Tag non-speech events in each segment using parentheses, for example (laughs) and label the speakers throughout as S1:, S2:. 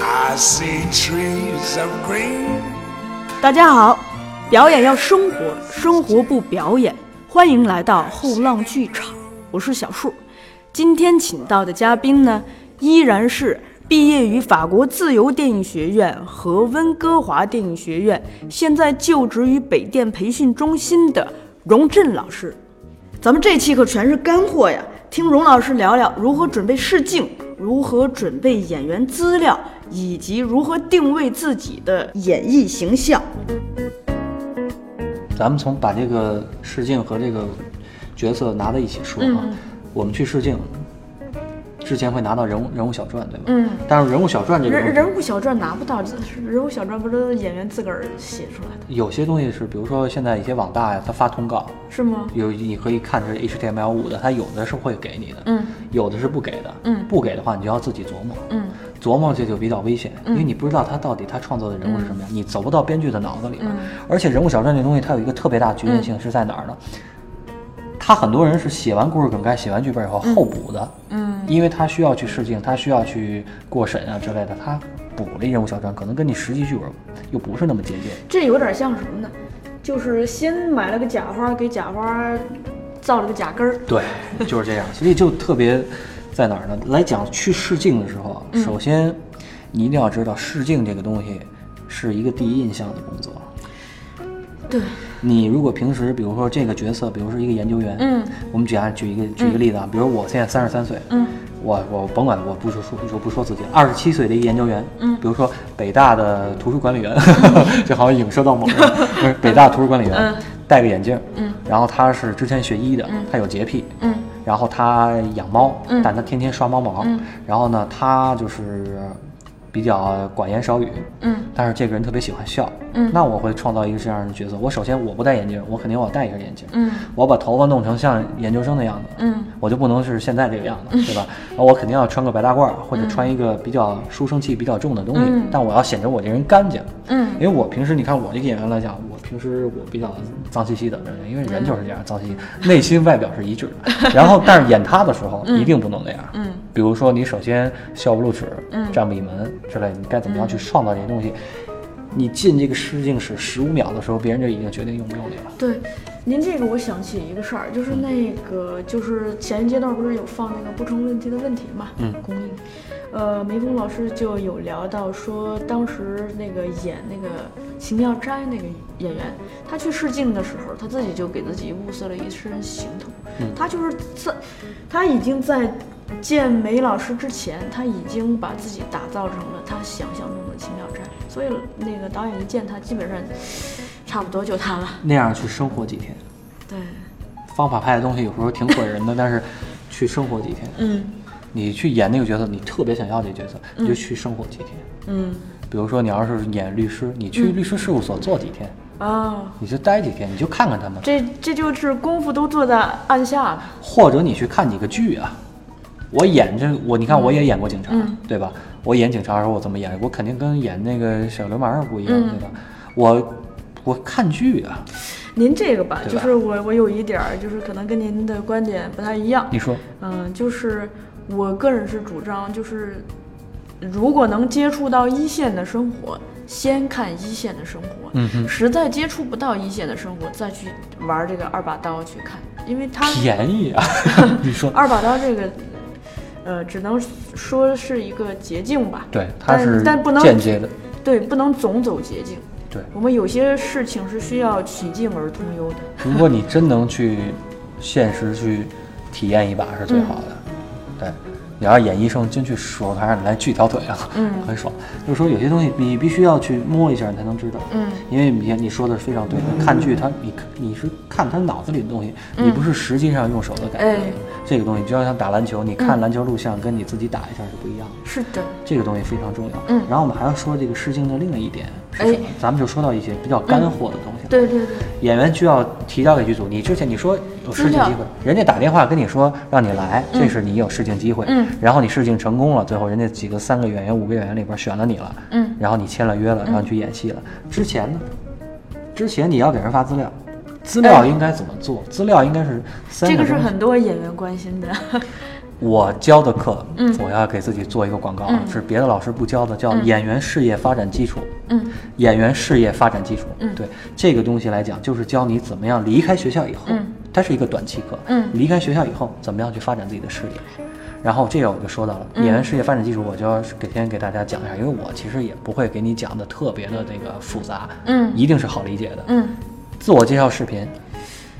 S1: I see trees of green.
S2: 大家好，表演要生活，生活不表演。欢迎来到后浪剧场，我是小树。今天请到的嘉宾呢，依然是毕业于法国自由电影学院和温哥华电影学院，现在就职于北电培训中心的荣振老师。咱们这期可全是干货呀！听荣老师聊聊如何准备试镜，如何准备演员资料，以及如何定位自己的演艺形象。
S3: 咱们从把这个试镜和这个角色拿在一起说啊，
S2: 嗯
S3: 我们去试镜之前会拿到人物人物小传，对吧？
S2: 嗯。
S3: 但是人物小传这个
S2: 人
S3: 东西，
S2: 人物小传拿不到，这是人物小传不都是演员自个儿写出来的，
S3: 有些东西是，比如说现在一些网大呀，它发通告，
S2: 是吗？
S3: 有你可以看这是 HTML 五的，它有的是会给你的，
S2: 嗯，
S3: 有的是不给的，
S2: 嗯
S3: 不给的话你就要自己琢磨，
S2: 嗯，
S3: 琢磨这就比较危险，因为你不知道他到底他创作的人物
S2: 嗯
S3: 是什么样，你走不到编剧的脑子里边。而且人物小传这东西，它有一个特别大的局限
S2: 嗯
S3: 性是在哪儿呢？他很多人是写完故事梗概、写完剧本以后后补的，嗯，因为他需要去试镜，他需要去过审啊之类的，他补了一人物小传，可能跟你实际剧本又不是那么接近。
S2: 这有点像什么呢？就是先买了个假花，给假花造了个假根儿。
S3: 对，就是这样。所以就特别在哪儿呢？来讲去试镜的时候啊，首先你一定要知道，试镜这个东西是一个第一印象的工作。
S2: 对，
S3: 你如果平时，比如说这个角色，比如是一个研究员，
S2: 嗯，
S3: 我们举啊举一个举一个例子啊，比如我现在三十三岁，
S2: 嗯，
S3: 我我甭管我不说说就不说自己，二十七岁的一个研究员，嗯，比如说北大的图书管理员，
S2: 嗯
S3: (laughs) 这好像影射到某人，不是
S2: (laughs)
S3: 北大图书管理员，戴个眼镜，嗯，然后他是之前学医的，他有洁癖，
S2: 嗯，
S3: 然后他养猫，但他天天刷猫毛，
S2: 嗯
S3: 然后呢，他就是比较寡言少语，
S2: 嗯，
S3: 但是这个人特别喜欢笑，嗯，那我会创造一个这样的角色。我首先我不戴眼镜，我肯定我戴一个眼镜，
S2: 嗯，
S3: 我把头发弄成像研究生的样子，
S2: 嗯，
S3: 我就不能是现在这个样子，对吧？然后我肯定要穿个白大褂儿，或
S2: 嗯
S3: 者穿一个比较书生气比较重的东西，但我要显得我这人干净，
S2: 嗯，
S3: 因为我平时你看我这个演员来讲，我平时我比较脏兮兮的，因为人就是这样脏兮 (laughs) 兮，内心外表是一致 (laughs) 的，然后但是演他的时候一定不能那样，嗯，比如说你首先笑不露齿，嗯，站不一门之类的，你该怎么样去创造这些东西？你进这个试镜室十五秒的时候，别人就已经决定用不用你了。
S2: 对，您这个我想起一个事儿，就是那个就是前一阶段不是有放那个不成问题的问题嘛，嗯，公映，呃，梅峰老师就有聊到说，当时那个演那个《情妙斋》那个演员，他去试镜的时候，他自己就给自己物色了一身行头，他就是在，他已经在。见梅老师之前，他已经把自己打造成了他想象中的秦妙斋，所以那个导演一见他，基本上差不多就他了。
S3: 那样去生活几天，
S2: 对，
S3: 方法派的东西有时候挺毁人 (laughs) 的，但是去生活几天，
S2: 嗯
S3: 你去演那个角色，你特别想要这个角色，你就去生活几天。
S2: 嗯
S3: 比如说，你要是演律师，你去律师事务所做几天，
S2: 啊，
S3: 你就待几天，你就看看他们，
S2: 这这就是功夫都做在案下了。
S3: 或者你去看几个剧啊。我演这我，
S2: 嗯
S3: 你看我也演过警察，对吧？我演警察的时候我怎么演？我肯定跟演那个小流氓不一样，
S2: 嗯
S3: 对吧？我我看剧啊，
S2: 您这个吧，
S3: 对吧
S2: 就是我我有一点儿，就是可能跟您的观点不太一样。
S3: 你说
S2: 嗯，就是我个人是主张，就是如果能接触到一线的生活，先看一线的生活。
S3: 嗯哼
S2: 实在接触不到一线的生活，再去玩这个二把刀去看，因为它
S3: 便宜啊？ (laughs) 你说
S2: 二把刀这个，呃，只能说是一个捷径吧。
S3: 对，它
S2: 但
S3: 是
S2: 但不能
S3: 间接的，
S2: 对，不能总走捷径。
S3: 对。
S2: 我们有些事情是需要曲径而通幽的。
S3: 如果你真能去现实去体验一把是最好的。
S2: 嗯
S3: 对，你要是演医生，真去手术台上你来锯条腿啊，
S2: 嗯
S3: 很爽。就是说有些东西你必须要去摸一下，你才能知道。
S2: 嗯，
S3: 因为你你说的是非常对的，看剧它你你是看他脑子里的东西，你不是实际上用手的感觉。
S2: 嗯哎
S3: 这个东西就像像打篮球，你看篮球录像跟你自己打一下是不一样的。
S2: 是的，
S3: 这个东西非常重要。
S2: 嗯
S3: 然后我们还要说这个试镜的另一点是什么？
S2: 哎
S3: 咱们就说到一些比较干货的东西了。
S2: 对对对，
S3: 演员需要提交给剧组，你之前你说有试镜
S2: 资料
S3: 机会，人家打电话跟你说让你来，这是你有试镜机会，
S2: 嗯
S3: 然后你试镜成功了，最后人家几个三个演员五个演员里边选了你了，
S2: 嗯，
S3: 然后你签了约了，然后你去演戏了。之前呢，之前你要给人发资料，资料应该怎么做？资料应该是三
S2: 哎这个是
S3: 钟
S2: 很多演员关心的。
S3: 我教的课，嗯，我要给自己做一个广告啊，是别的老师不教的，叫演员事业发展基础，
S2: 嗯，
S3: 演员事业发展基础，嗯，对这个东西来讲，就是教你怎么样离开学校以后，它是一个短期课，
S2: 嗯
S3: 离开学校以后怎么样去发展自己的事业。然后这个我就说到了
S2: 嗯
S3: 演员事业发展基础，我就要给先给大家讲一下，因为我其实也不会给你讲的特别的那个复杂，
S2: 嗯
S3: 一定是好理解的，
S2: 嗯，
S3: 自我介绍视频、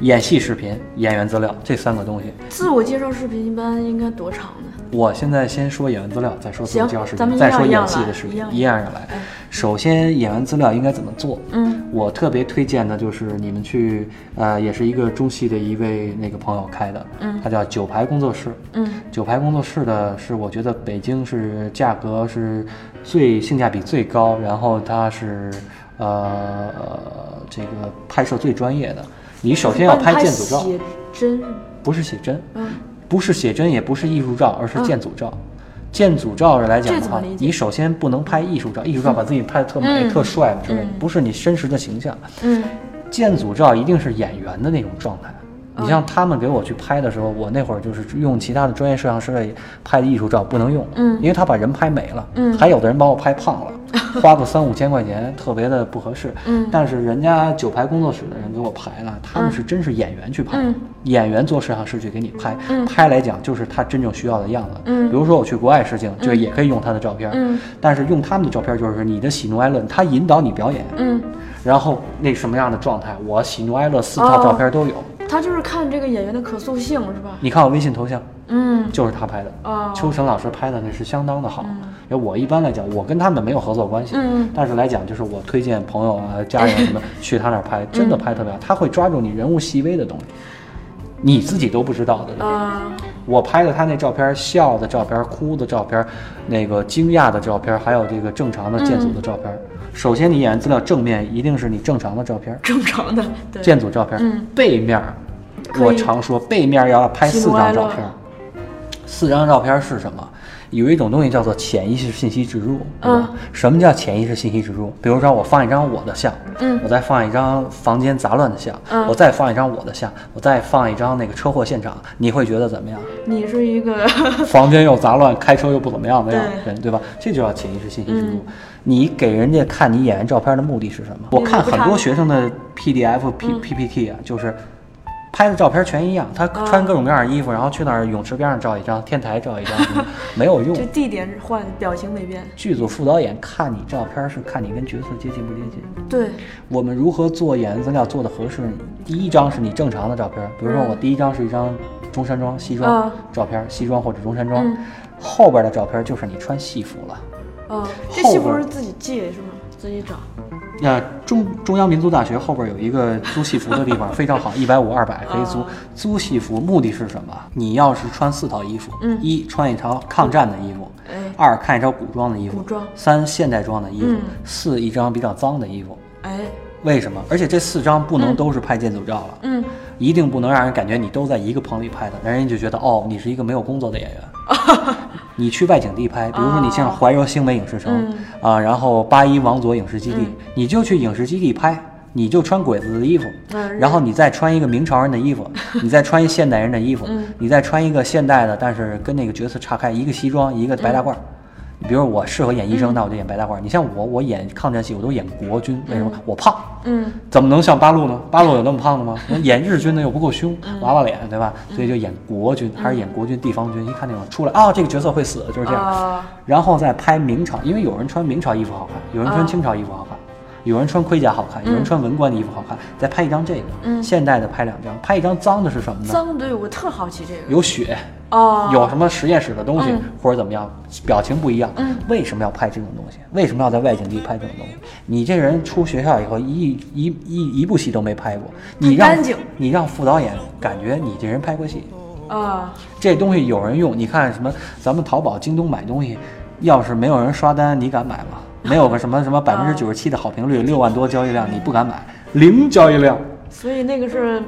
S3: 演戏视频、演员资料这三个东西，
S2: (laughs) 自我介绍视频一般应该多长呢？
S3: 我现在先说演员资料，再说自我
S2: 行
S3: 介绍视
S2: 咱们
S3: 频，
S2: 一
S3: 再
S2: 样
S3: 说
S2: 一
S3: 演
S2: 样
S3: 戏
S2: 来
S3: 的视频
S2: 一，样
S3: 一样着来。首先，演员资料应该怎么做？
S2: 嗯，
S3: 我特别推荐的就是你们去，呃，也是一个中戏的一位那个朋友开的，嗯，他叫九排工作室，
S2: 嗯，
S3: 九排工作室的是我觉得北京是价格是最性价比最高，然后它是呃这个拍摄最专业的。你首先要拍建筑照，
S2: 帮你拍写真，
S3: 不是写真，
S2: 嗯
S3: 不是写真，也不是艺术照，而是建组照。建组照来讲
S2: 这
S3: 的
S2: 怎么
S3: 话
S2: 理，解
S3: 你首先不能拍艺术照，艺术照把自己拍的特美、
S2: 嗯
S3: 特帅之类的，不是你真实的形象。
S2: 嗯
S3: 建组照一定是演员的那种状态。
S2: 嗯
S3: 你像他们给我去拍的时候，我那会儿就是用其他的专业摄像师来拍的艺术照不能用，
S2: 嗯
S3: 因为他把人拍没了，
S2: 嗯
S3: 还有的人把我拍胖了，
S2: (laughs)
S3: 花个三五千块钱特别的不合适，
S2: 嗯
S3: 但是人家九排工作室的人给我排了，他们是真是演员去拍，
S2: 嗯
S3: 演员做摄像师去给你拍，
S2: 嗯
S3: 拍来讲就是他真正需要的样子，
S2: 嗯
S3: 比如说我去国外试镜，就也可以用他的照片，
S2: 嗯
S3: 但是用他们的照片就是你的喜怒哀乐，他引导你表演，
S2: 嗯，
S3: 然后那什么样的状态，我喜怒哀乐四套照片都有。
S2: 他就是看这个演员的可塑性是吧？
S3: 你看我微信头像，
S2: 嗯
S3: 就是他拍的。
S2: 哦
S3: 秋晨老师拍的那是相当的好。因为我一般来讲，我跟他们没有合作关系，
S2: 嗯
S3: 但是来讲，就是我推荐朋友啊、家人
S2: (laughs)
S3: 什么去他那儿
S2: 嗯
S3: 拍，真的拍特别好。他会抓住你人物细微的东西，你自己都不知道的。
S2: 啊
S3: 我拍的他那照片，笑的照片、哭的照片、那个惊讶的照片，还有这个正常
S2: 嗯
S3: 的建组的照片。首先，你演员资料正面一定是你正常的照片，
S2: 正常的对。
S3: 建组照片，
S2: 嗯
S3: 背面儿，
S2: 可以
S3: 我常说背面儿要拍四张照
S2: 喜啊怒哀
S3: 片儿
S2: 乐，
S3: 四张照片儿是什么？有一种东西叫做潜意识信息植入，对吧
S2: 嗯
S3: 什么叫潜意识信息植入？比如说我放一张我的像，
S2: 嗯
S3: 我再放一张房间杂乱的像，
S2: 嗯
S3: 我再放一张我的像，我再放一张那个车祸现场，你会觉得怎么样？
S2: 你是一个， (laughs)
S3: 房间又杂乱，开车又不怎么样的样
S2: 对
S3: 人，对吧？这就叫潜意识信息植入。你给人家看你演员照片的目的是什么？我看很多学生的 PDF、P PPT 啊，就是拍的照片全一样，他穿各种各样的衣服，然后去那儿泳池边上照一张，天台照一张，什么没
S2: (laughs)
S3: 有用
S2: 就。地点换，表情没变。
S3: 剧组副导演看你照片是看你跟角色接近不接近。
S2: 对，
S3: 我们如何做演员资料做的合适？第一张是你正常的照片，比如说我第一张是一张中山装、西装
S2: 嗯
S3: 照片，西装或者中山装
S2: 嗯，
S3: 后边的照片就是你穿戏服了。
S2: 啊，这
S3: 后
S2: 戏服
S3: 边
S2: 是自己借是吗？自己找。
S3: 那中中央民族大学后边有一个租戏服的地 (laughs) 方，非常好，一百五、二百可以租。
S2: 啊
S3: 租戏服目的是什么？你要是穿四套衣服，
S2: 嗯
S3: 一穿一套抗战的衣服，
S2: 哎
S3: 二看一套古装的衣服，
S2: 古装
S3: 三现代装的衣服，
S2: 嗯
S3: 四一张比较脏的衣服。
S2: 哎，
S3: 为什么？而且这四张不能都是拍建组照了，
S2: 嗯，
S3: 一定不能让人感觉你都在一个棚里拍的，
S2: (laughs)
S3: 让人就觉得哦，你是一个没有工作的演员。你去外景地拍，比如
S2: 啊
S3: 说你像怀柔星美影视城、
S2: 嗯
S3: 啊，然后八一王佐影视基地，你就去影视基地拍，你就穿鬼子的衣服，
S2: 嗯
S3: 然后你再穿一个明朝人的
S2: (laughs)
S3: 衣服，你再穿一现代人的衣服，
S2: 嗯
S3: 你再穿一个现代的，但是跟那个角色岔开，一个西装，一个白大
S2: 嗯
S3: 褂。你比如我适合演医生，那我就演白大褂。你像我，我演抗战戏，我都演国军，为什么？我胖，
S2: 嗯，
S3: 怎么能像八路呢？八路有那么
S2: (laughs)
S3: 胖的吗？演日军的又不够凶，
S2: 嗯
S3: 娃娃脸，对吧？所以就演国军，还是演国军地方军。一看那种出来啊，这个角色会死，就是这样
S2: 啊。
S3: 然后再拍明朝，因为有人穿明朝衣服好看，有人穿清朝衣服好
S2: 啊
S3: 看，有人穿盔甲好
S2: 嗯
S3: 看，有人穿文官的衣服好看。再拍一张这个，现代的拍两张，拍一张脏的是什么呢？
S2: 脏，对我特好奇这个。
S3: 有血，
S2: 哦，
S3: 有什么实验室的东西、
S2: 嗯
S3: 或者怎么样，表情不一样、为什么要拍这种东西？为什么要在外景地拍这种东西？你这人出学校以后一一一一部戏都没拍过，你让
S2: 干净
S3: 你让副导演感觉你这人拍过戏，
S2: 啊，
S3: 这东西有人用。你看什么，咱们淘宝、京东买东西，要是没有人刷单，你敢买吗？没有个什么什么百分之九十七的好
S2: (laughs)
S3: 评率，六万多交易量，你不敢买，零交易量。
S2: 所以那个是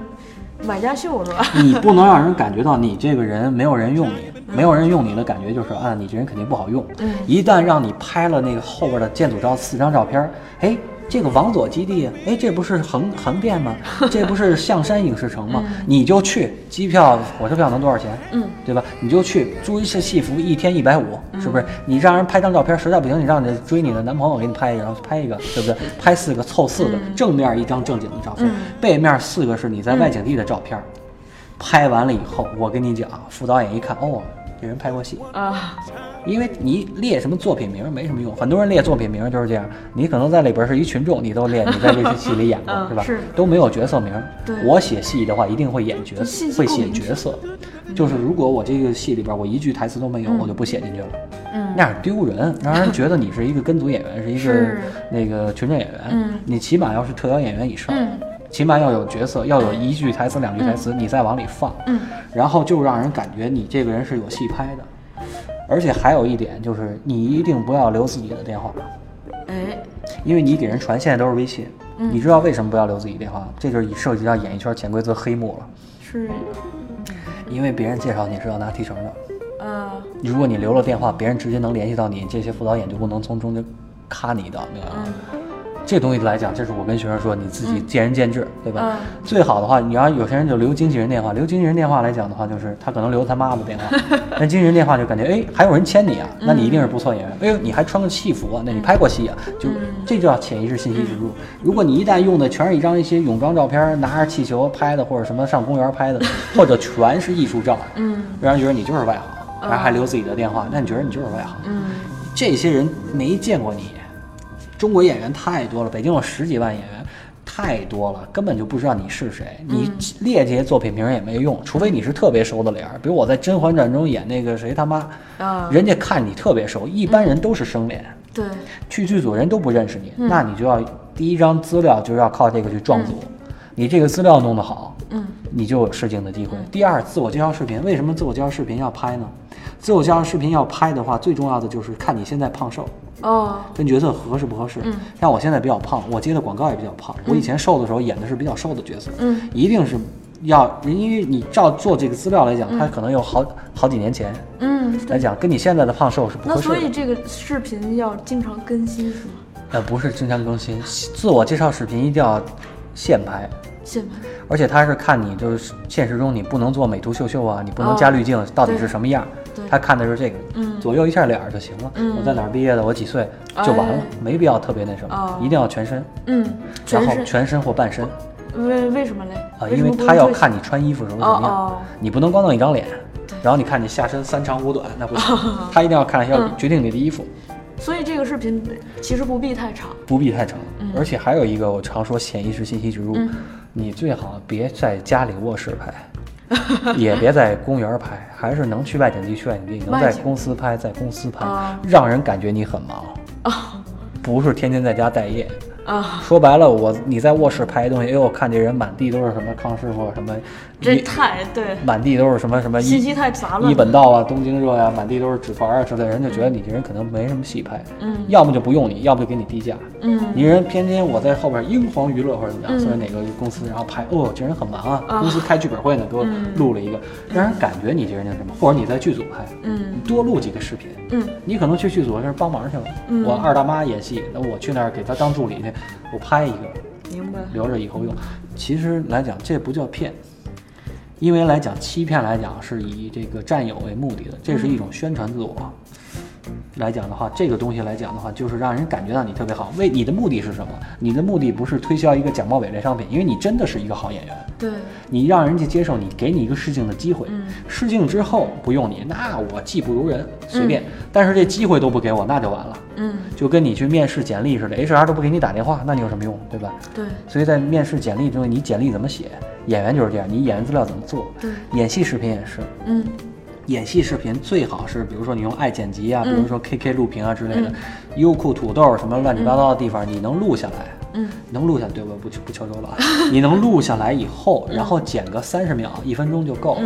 S2: 买家秀是吧？ (laughs)
S3: (laughs) 你不能让人感觉到你这个人没有人用你，没有人用你的感觉就是啊，你这人肯定不好用。一旦让你拍了那个后边的建组照四张照片儿，哎，这个王佐基地，哎，这不是横横店吗？这不是象山影视城吗？你就去，机票、火车票能多少钱？
S2: 嗯，
S3: 对吧？你就去租一次戏服，一天一百五，是不是？你让人拍张照片，实在不行，你让你追你的男朋友给你拍一个，然后拍一个，对不对？拍四个凑四个，正面一张正经的照片，背面四个是你在外景地的照片。拍完了以后，我跟你讲，副导演一看，哦，这人拍过戏，
S2: 啊，
S3: 因为你列什么作品名没什么用，很多人列作品名就是这样，你可能在里边是一群众，你都列你在这戏里演过、
S2: 嗯
S3: 是吧？
S2: 是
S3: 都没有角色名
S2: 对。
S3: 我写戏的话，一定会演角
S2: 就信息，
S3: 会
S2: 共
S3: 写
S2: 鸣
S3: 角色。就是如果我这个戏里边我一句台词都没有，我就不写进去了，
S2: 嗯
S3: 那样丢人，让人觉得你是一个跟组演员，是一个
S2: 是
S3: 那个群众演员。
S2: 嗯
S3: 你起码要是特邀演员以上，
S2: 嗯
S3: 起码要有角色，要有一句台词、两句台词，你再往里放。
S2: 嗯，
S3: 然后就让人感觉你这个人是有戏拍的。而且还有一点就是，你一定不要留自己的电话，
S2: 哎，
S3: 因为你给人传现在都是微信。
S2: 嗯
S3: 你知道为什么不要留自己电话？这就是涉及到演艺圈潜规则黑幕了，
S2: 是，
S3: 因为别人介绍你是要拿提成的。
S2: 啊，
S3: 如果你留了电话，别人直接能联系到你，这些副导演就不能从中间咔你一刀，明白吗？这东西来讲，这是我跟学生说，你自己见仁见智，对吧？最好的话，你要有些人就留经纪人电话，留经纪人电话来讲的话，就是他可能留他妈的电话，那经纪人电话就感觉，哎，还有人签你啊，那你一定是不错演员。哎呦，你还穿个戏服啊，那你拍过戏啊？就这叫潜意识信息植入。如果你一旦用的全是一张一些泳装照片，拿着气球拍的，或者什么上公园拍的，或者全是艺术照，
S2: 嗯，
S3: 让人觉得你就是外行。然后还留自己的电话，那你觉得你就是外行？
S2: 嗯，
S3: 这些人没见过你，中国演员太多了，北京有十几万演员，太多了，根本就不知道你是谁。你列这些作品名也没用，除非你是特别熟的脸儿，比如我在《甄嬛传》中演那个谁他妈，
S2: 啊，嗯
S3: 人家看你特别熟，一般人都是生脸，
S2: 对，
S3: 去剧组人都不认识你，那你就要第一张资料就要靠这个去撞组，你这个资料弄得好，
S2: 嗯，
S3: 你就有试镜的机会。第二，自我介绍视频，为什么自我介绍视频要拍呢？自我介绍视频要拍的话，最重要的就是看你现在胖瘦，
S2: 哦，
S3: 跟角色合适不合适。嗯，像我现在比较胖，我接的广告也比较胖。我以前瘦的时候演的是比较瘦的角色，
S2: 嗯，
S3: 一定是要，因为你照做这个资料来讲，它可能有好好几年前
S2: 嗯，
S3: 来讲，跟你现在的胖瘦是不
S2: 那
S3: 合适
S2: 所
S3: 的。
S2: 以这个视频要经常更新是吗？
S3: 呃，不是经常更新，自我介绍视频一定要现拍。
S2: 现在，
S3: 而且它是看你就是现实中你不能做美图秀秀啊，你不能加滤镜，到底是什么样儿
S2: 哦对？嗯
S3: 他看的是这个，左右一下脸儿就行了。我在哪儿毕业的，我几岁就完了
S2: 哎，
S3: 没必要特别那什
S2: 哦
S3: 么，一定要全身，
S2: 嗯，
S3: 然后
S2: 全身，
S3: 全身或半身
S2: 为为什么嘞？
S3: 啊，
S2: 什
S3: 因
S2: 么不
S3: 为他
S2: 能
S3: 要
S2: 做
S3: 看你穿衣服时候怎么
S2: 哦哦
S3: 样，你不能光弄一张脸，然后你看你下身三长五短那
S2: (laughs)
S3: 不行，他一定要看
S2: 嗯
S3: 要决定你的衣服。
S2: 所以这个视频其实不必太长。 (laughs)
S3: 不必太长，而且还有一个我常说潜意识信息植入，你最好别在家里卧室拍， (laughs) 也别在公园拍，还是能去外景地去外景地，能
S2: 外
S3: 在
S2: 景
S3: 公司拍在公司拍
S2: 啊，
S3: 让人感觉你很忙，不是天天在家待业。
S2: 啊，
S3: 说白了，我你在卧室拍东西，哎呦，我看这人满地都是什么康师傅什么，
S2: 这
S3: 一
S2: 太对，
S3: 满地都是什么什么
S2: 信
S3: 一
S2: 息太杂乱
S3: 一本
S2: 了。
S3: 道啊，东京热呀、满地都是纸团啊之类的，人就觉得你这人可能没什么戏拍，嗯，要么就不用你，要么就给你低价，
S2: 嗯，
S3: 你人偏偏我在后边英皇娱乐或者怎么样，或者哪个公司，然后拍，哦，这人很忙啊，公司开剧本会呢，给我录了一个，让人感觉你这人那什么，或者你在剧组拍，
S2: 嗯，
S3: 你多录几个视频，
S2: 嗯，
S3: 你可能去剧组那儿帮忙去了，我二大妈演戏，那我去那儿给她当助理去，我拍一个，
S2: 明白。
S3: 留着以后用。其实来讲，这不叫骗，因为来讲欺骗来讲是以这个占有为目的的，这是一种宣传自我。来讲的话，这个东西来讲的话，就是让人感觉到你特别好。为你的目的是什么？你的目的不是推销一个假冒伪劣商品，因为你真的是一个好演员。
S2: 对，
S3: 你让人家接受你，给你一个试镜的机会。试镜之后不用你，那我技不如人，随便。但是这机会都不给我，那就完了。
S2: 嗯，
S3: 就跟你去面试简历似的，HR 都不给你打电话，那你有什么用，对吧？
S2: 对，
S3: 所以在面试简历中，你简历怎么写，演员就是这样，你演员资料怎么做，
S2: 对
S3: 演戏视频也是，
S2: 嗯，
S3: 演戏视频最好是，比如说你用爱剪辑啊，比如说 KK 录屏啊之类的，优酷、土豆什么乱七八糟的地方，你能录下来，
S2: 嗯，
S3: 能录下来，对吧？不求不求周了啊， (laughs) 你能录下来以后，然后剪个三十秒、一分钟就够了，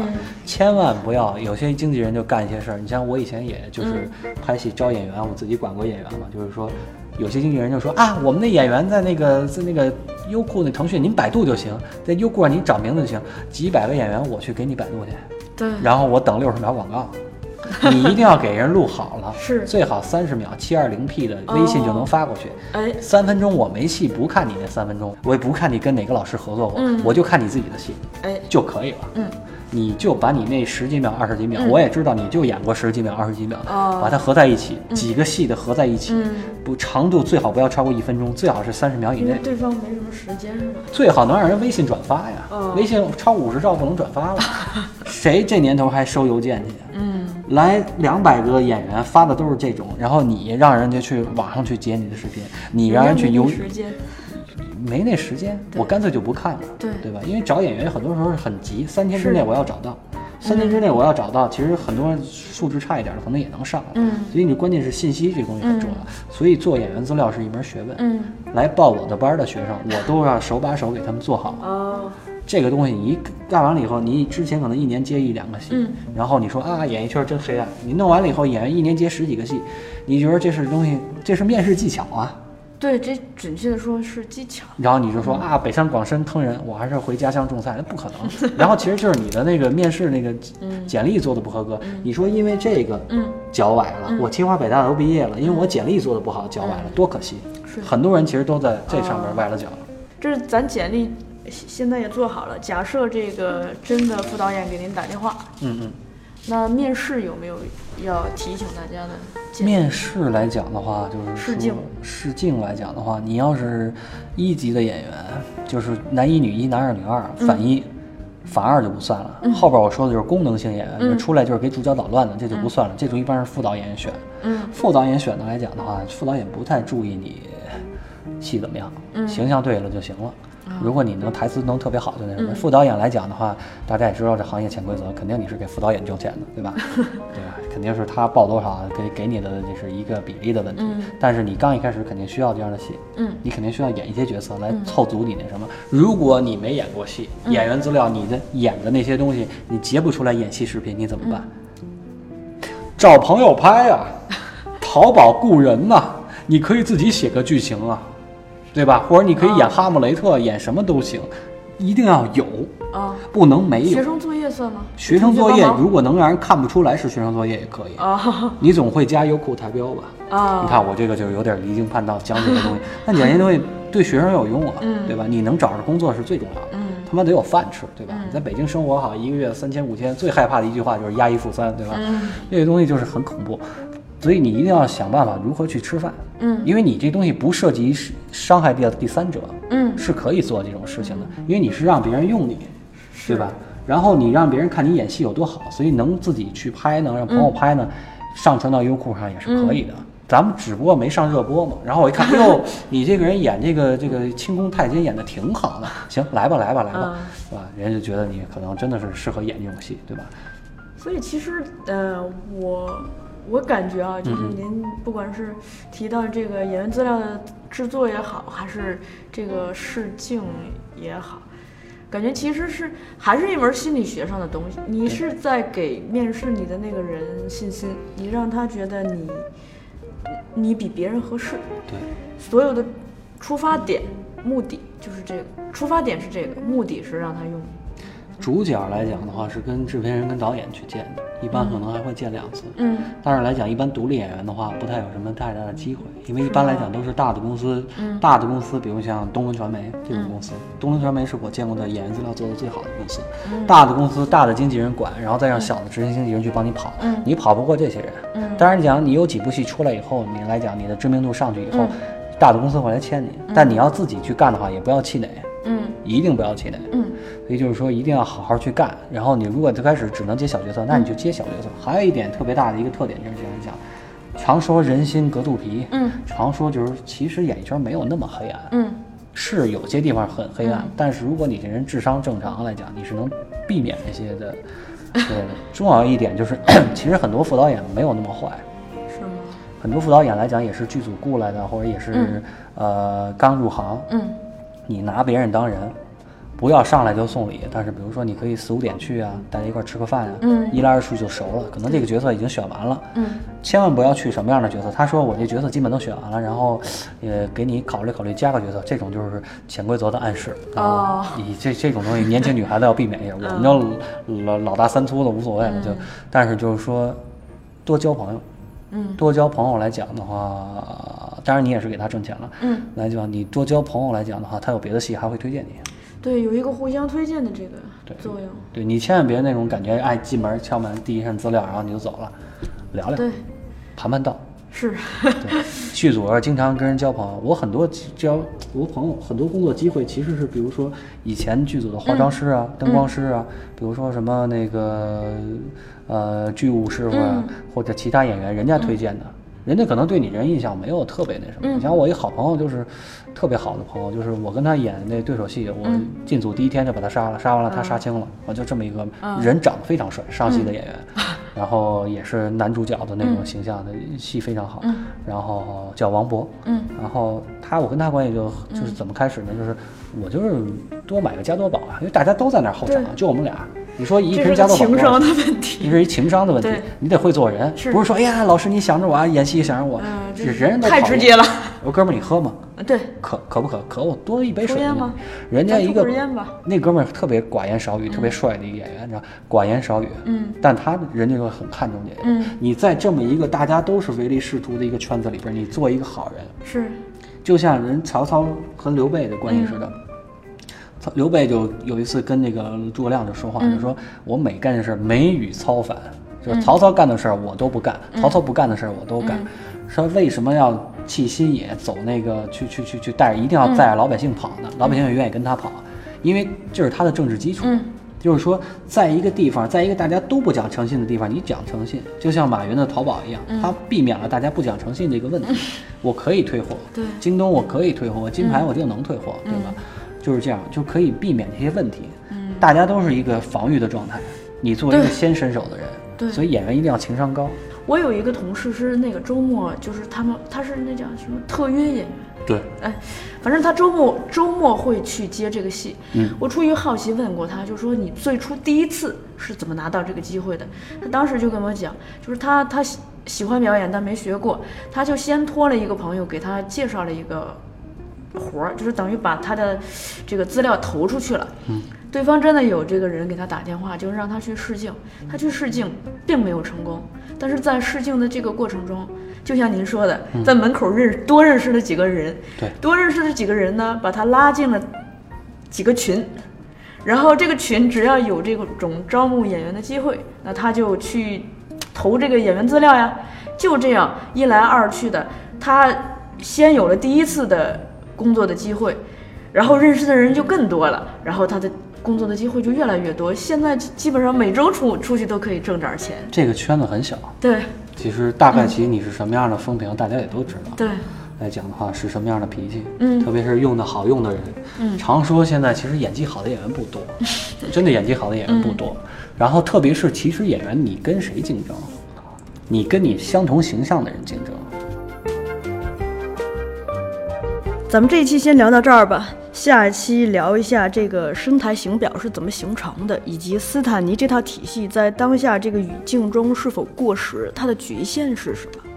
S3: 千万不要有些经纪人就干一些事儿。你像我以前也就是拍戏招演员，我自己管过演员嘛，就是说。有些经纪人就说啊，我们的演员在那个在那个优酷那腾讯，您百度就行，在优酷上您找名字就行，几百个演员我去给你百度去，
S2: 对， (laughs)
S3: 然后我等六十秒广告，你一定要给人录好了，
S2: 是
S3: 最好三十秒七二零 P 的微信就能发过去。
S2: 哎，
S3: 三分钟我没戏，不看你那三分钟，我也不看你跟哪个老师合作过，
S2: 嗯
S3: 我就看你自己的戏
S2: 哎，
S3: 就可以了。
S2: 嗯，
S3: 你就把你那十几秒、二十几秒，我也知道你就演过十几秒、二十几秒，
S2: 哦
S3: 把它合在一起，几个戏的合在一起，
S2: 嗯
S3: 不长度最好不要超过一分钟，最好是三十秒以
S2: 因
S3: 内
S2: 为，对方没什么时间是吧？
S3: 最好能让人微信转发呀。
S2: 哦
S3: 微信超五十兆不能转发了，
S2: (laughs)
S3: 谁这年头还收邮件去？
S2: 嗯，
S3: 来两百个演员发的都是这种，然后你让人家去网上去截你的视频，你让人
S2: 人家
S3: 去
S2: 没
S3: 邮
S2: 时间，
S3: 没那时间，我干脆就不看了，
S2: 对
S3: 对吧？因为找演员很多时候很急，三天之
S2: 是
S3: 内我要找到，三天之内我要找到，其实很多素质差一点的可能也能上了，
S2: 嗯
S3: 所以你关键是信息这东西很重要，所以做演员资料是一门学问。
S2: 嗯，
S3: 来报我的班的学生，我都要手把手给他们做好。
S2: 哦，
S3: 这个东西你干完了以后，你之前可能一年接一两个戏，
S2: 嗯
S3: 然后你说啊演艺圈真黑暗，你弄完了以后演员一年接十几个戏，你觉得这是东西，这是面试技巧啊？
S2: 对，这准确的说是技巧，
S3: 然后你就说
S2: 嗯
S3: 啊北上广深坑人，我还是回家乡种菜，那不
S2: (laughs)
S3: 可能。然后其实就是你的那个面试那个简历做的不合格，你说因为这个
S2: 嗯嗯
S3: 脚崴了，我清华北大都毕业了，因为我简历做的不好脚崴了，多可惜。
S2: 是哦
S3: 很多人其实都在这上面崴了脚。
S2: 这是咱简历现现在也做好了。假设这个真的副导演给您打电话，
S3: 嗯嗯。
S2: 那面试有没有要提醒大家的建议？
S3: 面试来讲的话，就是
S2: 试
S3: 说
S2: 镜
S3: 试镜来讲的话，你要是一级的演员，就是男一、女一、男二、女二，
S2: 嗯
S3: 反一、反二就不算了。后边我说的就是功能性演员，
S2: 嗯
S3: 就出来就是给主角捣乱的，这就不算了。这种一般是副导演选。
S2: 嗯，
S3: 副导演选的来讲的话，副导演不太注意你戏怎么样，形象对了就行了。如果你能台词能特别好，就那什么。副导演来讲的话，大家也知道这行业潜规则，肯定你是给副导演挣钱的，对吧？对吧？肯定是他报多少给给你的，这是一个比例的问题。但是你刚一开始肯定需要这样的戏，
S2: 嗯，
S3: 你肯定需要演一些角色来凑足你那什么。如果你没演过戏，演员资料你的演的那些东西你截不出来演戏视频，你怎么办？找朋友拍呀、 (laughs) 淘宝雇人呐、你可以自己写个剧情啊，对吧？或者你可以演
S2: 哦
S3: 哈姆雷特，演什么都行，一定要有，
S2: 啊，
S3: 不能没
S2: 学
S3: 有。
S2: 生作业算吗？
S3: 学生作
S2: 同
S3: 业
S2: 学帮忙
S3: 如果能让人看不出来是学生作业也可
S2: (laughs)
S3: 以，
S2: 啊
S3: 你总会加优酷达标吧？
S2: 啊，
S3: 你看我这个就是有点离经叛道，讲这
S2: (laughs)
S3: 些东西，但讲这些东西对学生有用啊，
S2: 嗯
S3: 对吧？你能找着工作是最重要的，他妈得有饭吃，对吧？
S2: 嗯
S3: 你在北京生活好，一个月三千五千，最害怕的一句话就是押一付三，对吧？
S2: 嗯
S3: 这些东西就是很恐怖，所以你一定要想办法如何去吃饭，
S2: 嗯
S3: 因为你这东西不涉及伤害到第三者，
S2: 嗯
S3: 是可以做这种事情的，因为你是让别人用你，对吧？然后你让别人看你演戏有多好，所以能自己去拍呢，让朋友拍呢，上传到优酷上也是可以的。咱们只不过没上热播嘛。然后我一看，哟，你这个人演这个这个清宫太监演的挺好的，行，来吧来吧来吧，是吧？人家就觉得你可能真的是适合演这种戏，对吧？
S2: 所以其实，呃，我我感觉啊，就是您不管是提到这个演员资料的制作也好，还是这个试镜也好，感觉其实是还是一门心理学上的东西。你是在给面试你的那个人信心，你让他觉得你你比别人合适，
S3: 对，
S2: 所有的出发点、目的就是这个，出发点是这个，目的是让他用你。
S3: 主角来讲的话是跟制片人跟导演去见的，一般可能还会见两次。
S2: 嗯
S3: 但是来讲，一般独立演员的话，不太有什么太大的机会，因为一般来讲都是大的公司，大的公司，比如像东伦传媒这种公司，东伦传媒是我见过的演员资料做的最好的公司，大的公司，大的经纪人管，然后再让小的执行经纪人去帮你跑，你跑不过这些人。当然讲，你有几部戏出来以后，你来讲你的知名度上去以后，大的公司会来签你，但你要自己去干的话，也不要气馁。
S2: 嗯
S3: 一定不要气馁。嗯，所以就是说一定要好好去干。然后你如果最开始只能接小角色，那你就接小角色。
S2: 嗯
S3: 还有一点特别大的一个特点就是这样讲，常说人心隔肚皮，
S2: 嗯，
S3: 常说就是其实演艺圈没有那么黑暗，
S2: 嗯
S3: 是有些地方很黑暗，但是如果你这人智商正常来讲，你是能避免这些的。对，重要一点就是，
S2: 嗯
S3: (coughs) 其实很多副导演没有那么坏，
S2: 是吗？
S3: 很多副导演来讲也是剧组雇来的，或者也是、呃刚入行，
S2: 嗯。
S3: 你拿别人当人，不要上来就送礼。但是比如说，你可以四五点去啊，大家一块儿吃个饭啊，一来二去就熟了。可能这个角色已经选完了，
S2: 嗯
S3: 千万不要去什么样的角色。他说我这角色基本都选完了，然后呃给你考虑考虑加个角色，这种就是潜规则的暗示。
S2: 哦
S3: 嗯，你这这种东西，
S2: 嗯
S3: 年轻女孩子要避免一下。我们就老老大三粗的无所谓了，就但是就是说。多交朋友，嗯，多交朋友来讲的话，当然你也是给他挣钱了，
S2: 嗯，
S3: 来讲你多交朋友来讲的话，他有别的戏还会推荐你。
S2: 对，有一个互相推荐的这
S3: 对
S2: 个作用。
S3: 对你千万别那种感觉，哎，进门敲门第一份资料，然后你就走了，聊聊，
S2: 对，
S3: 盘盘道。
S2: 是，
S3: 对，剧组要经常跟人交朋友，我很多交我朋友很多工作机会其实是，比如说以前剧组的化妆师啊、灯光师啊，比如说什么那个呃剧务师傅啊，或者其他演员，人家推荐的。人家可能对你人印象没有特别那什么，你像我一好朋友就是特别好的朋友，就是我跟他演那对手戏，我进组第一天就把他杀了，杀完了他杀青了，我就这么一个人长得非常帅，上戏的演员，然后也是男主角的那
S2: 嗯
S3: 种形象的戏非常好，然后叫王博，
S2: 嗯，
S3: 然后他我跟他关系就就是怎么开始呢？就是我就是多买个加多宝啊，因为大家都在那儿候场，啊就我们俩，你说一
S2: 这
S3: 瓶
S2: 是
S3: 加
S2: 个
S3: 多宝
S2: 情
S3: 多少
S2: 商
S3: 钱
S2: 的问题。
S3: 这是一情商的问题
S2: 对，
S3: 你得会做人，
S2: 是
S3: 不是说哎呀，老师你想着我啊，演戏想着我，
S2: 嗯这
S3: 人人都
S2: 太
S3: 讨厌
S2: 直接了。
S3: 我说哥们儿，你喝吗？
S2: 对，
S3: 渴渴不渴？渴，我多一杯水
S2: 抽烟
S3: 给你
S2: 吗
S3: 人家
S2: 咱
S3: 一
S2: 抽
S3: 个
S2: 根烟吧
S3: 那哥们儿特别寡言少语，特别帅的一个演员，你知道，寡言少语。
S2: 嗯，
S3: 但他人家就很看重这个。
S2: 嗯，
S3: 你在这么一个大家都是唯利是图的一个圈子里边，你做一个好人，
S2: 是，
S3: 就像人曹操和刘备的关系似的。曹刘备就有一次跟那个诸葛亮就说话，就说我每干的事儿每与操反，就是曹操干的事儿我都不干，曹操不干的事儿我都干。说为什么要弃新野，走那个去去去去带着，一定要带着老百姓跑呢？老百姓也愿意跟他跑，啊因为这是他的政治基础。就是说，在一个地方，在一个大家都不讲诚信的地方，你讲诚信，就像马云的淘宝一样，他避免了大家不讲诚信这个问题。我可以退货，
S2: 对
S3: 京东我可以退
S2: 嗯
S3: 货，金牌我就能退货，对吧？就是这样，就可以避免这些问题。嗯，大家都是一个防御的状态，你作为一个
S2: 对
S3: 先伸手的人，
S2: 对
S3: 所以演员一定要情商高。
S2: 我有一个同事是那个周末，就是他们，他是那叫什么特约演员，
S3: 对，
S2: 哎，反正他周末周末会去接这个戏。
S3: 嗯
S2: 我出于好奇问过他，就说你最初第一次是怎么拿到这个机会的？他当时就跟我讲，就是他他喜喜欢表演，但没学过，他就先托了一个朋友给他介绍了一个活儿，就是等于把他的这个资料投出去了。嗯，对方真的有这个人给他打电话，就让他去试镜。他去试镜并没有成功，但是在试镜的这个过程中，就像您说的，在门口认识多认识了几个人，
S3: 对
S2: 多认识了几个人呢，把他拉进了几个群。然后这个群只要有这种招募演员的机会，那他就去投这个演员资料呀。就这样一来二去的，他先有了第一次的工作的机会，然后认识的人就更多了，然后他的工作的机会就越来越多。现在基本上每周出出去都可以挣点儿钱。
S3: 这个圈子很小，
S2: 对
S3: 其实大概其你是什么样的风评，大家也都知道。
S2: 嗯对，
S3: 来讲的话是什么样的脾气，
S2: 嗯
S3: 特别是用的好用的人，嗯，常说现在其实演技好的演员不多，
S2: 嗯
S3: 真的演技好的演员不多。然后特别是其实演员你跟谁竞争，你跟你相同形象的人竞争，
S4: 咱们这一期先聊到这儿吧，下一期聊一下这个身材型表是怎么形成的，以及斯坦尼这套体系在当下这个语境中是否过时，它的局限是什么。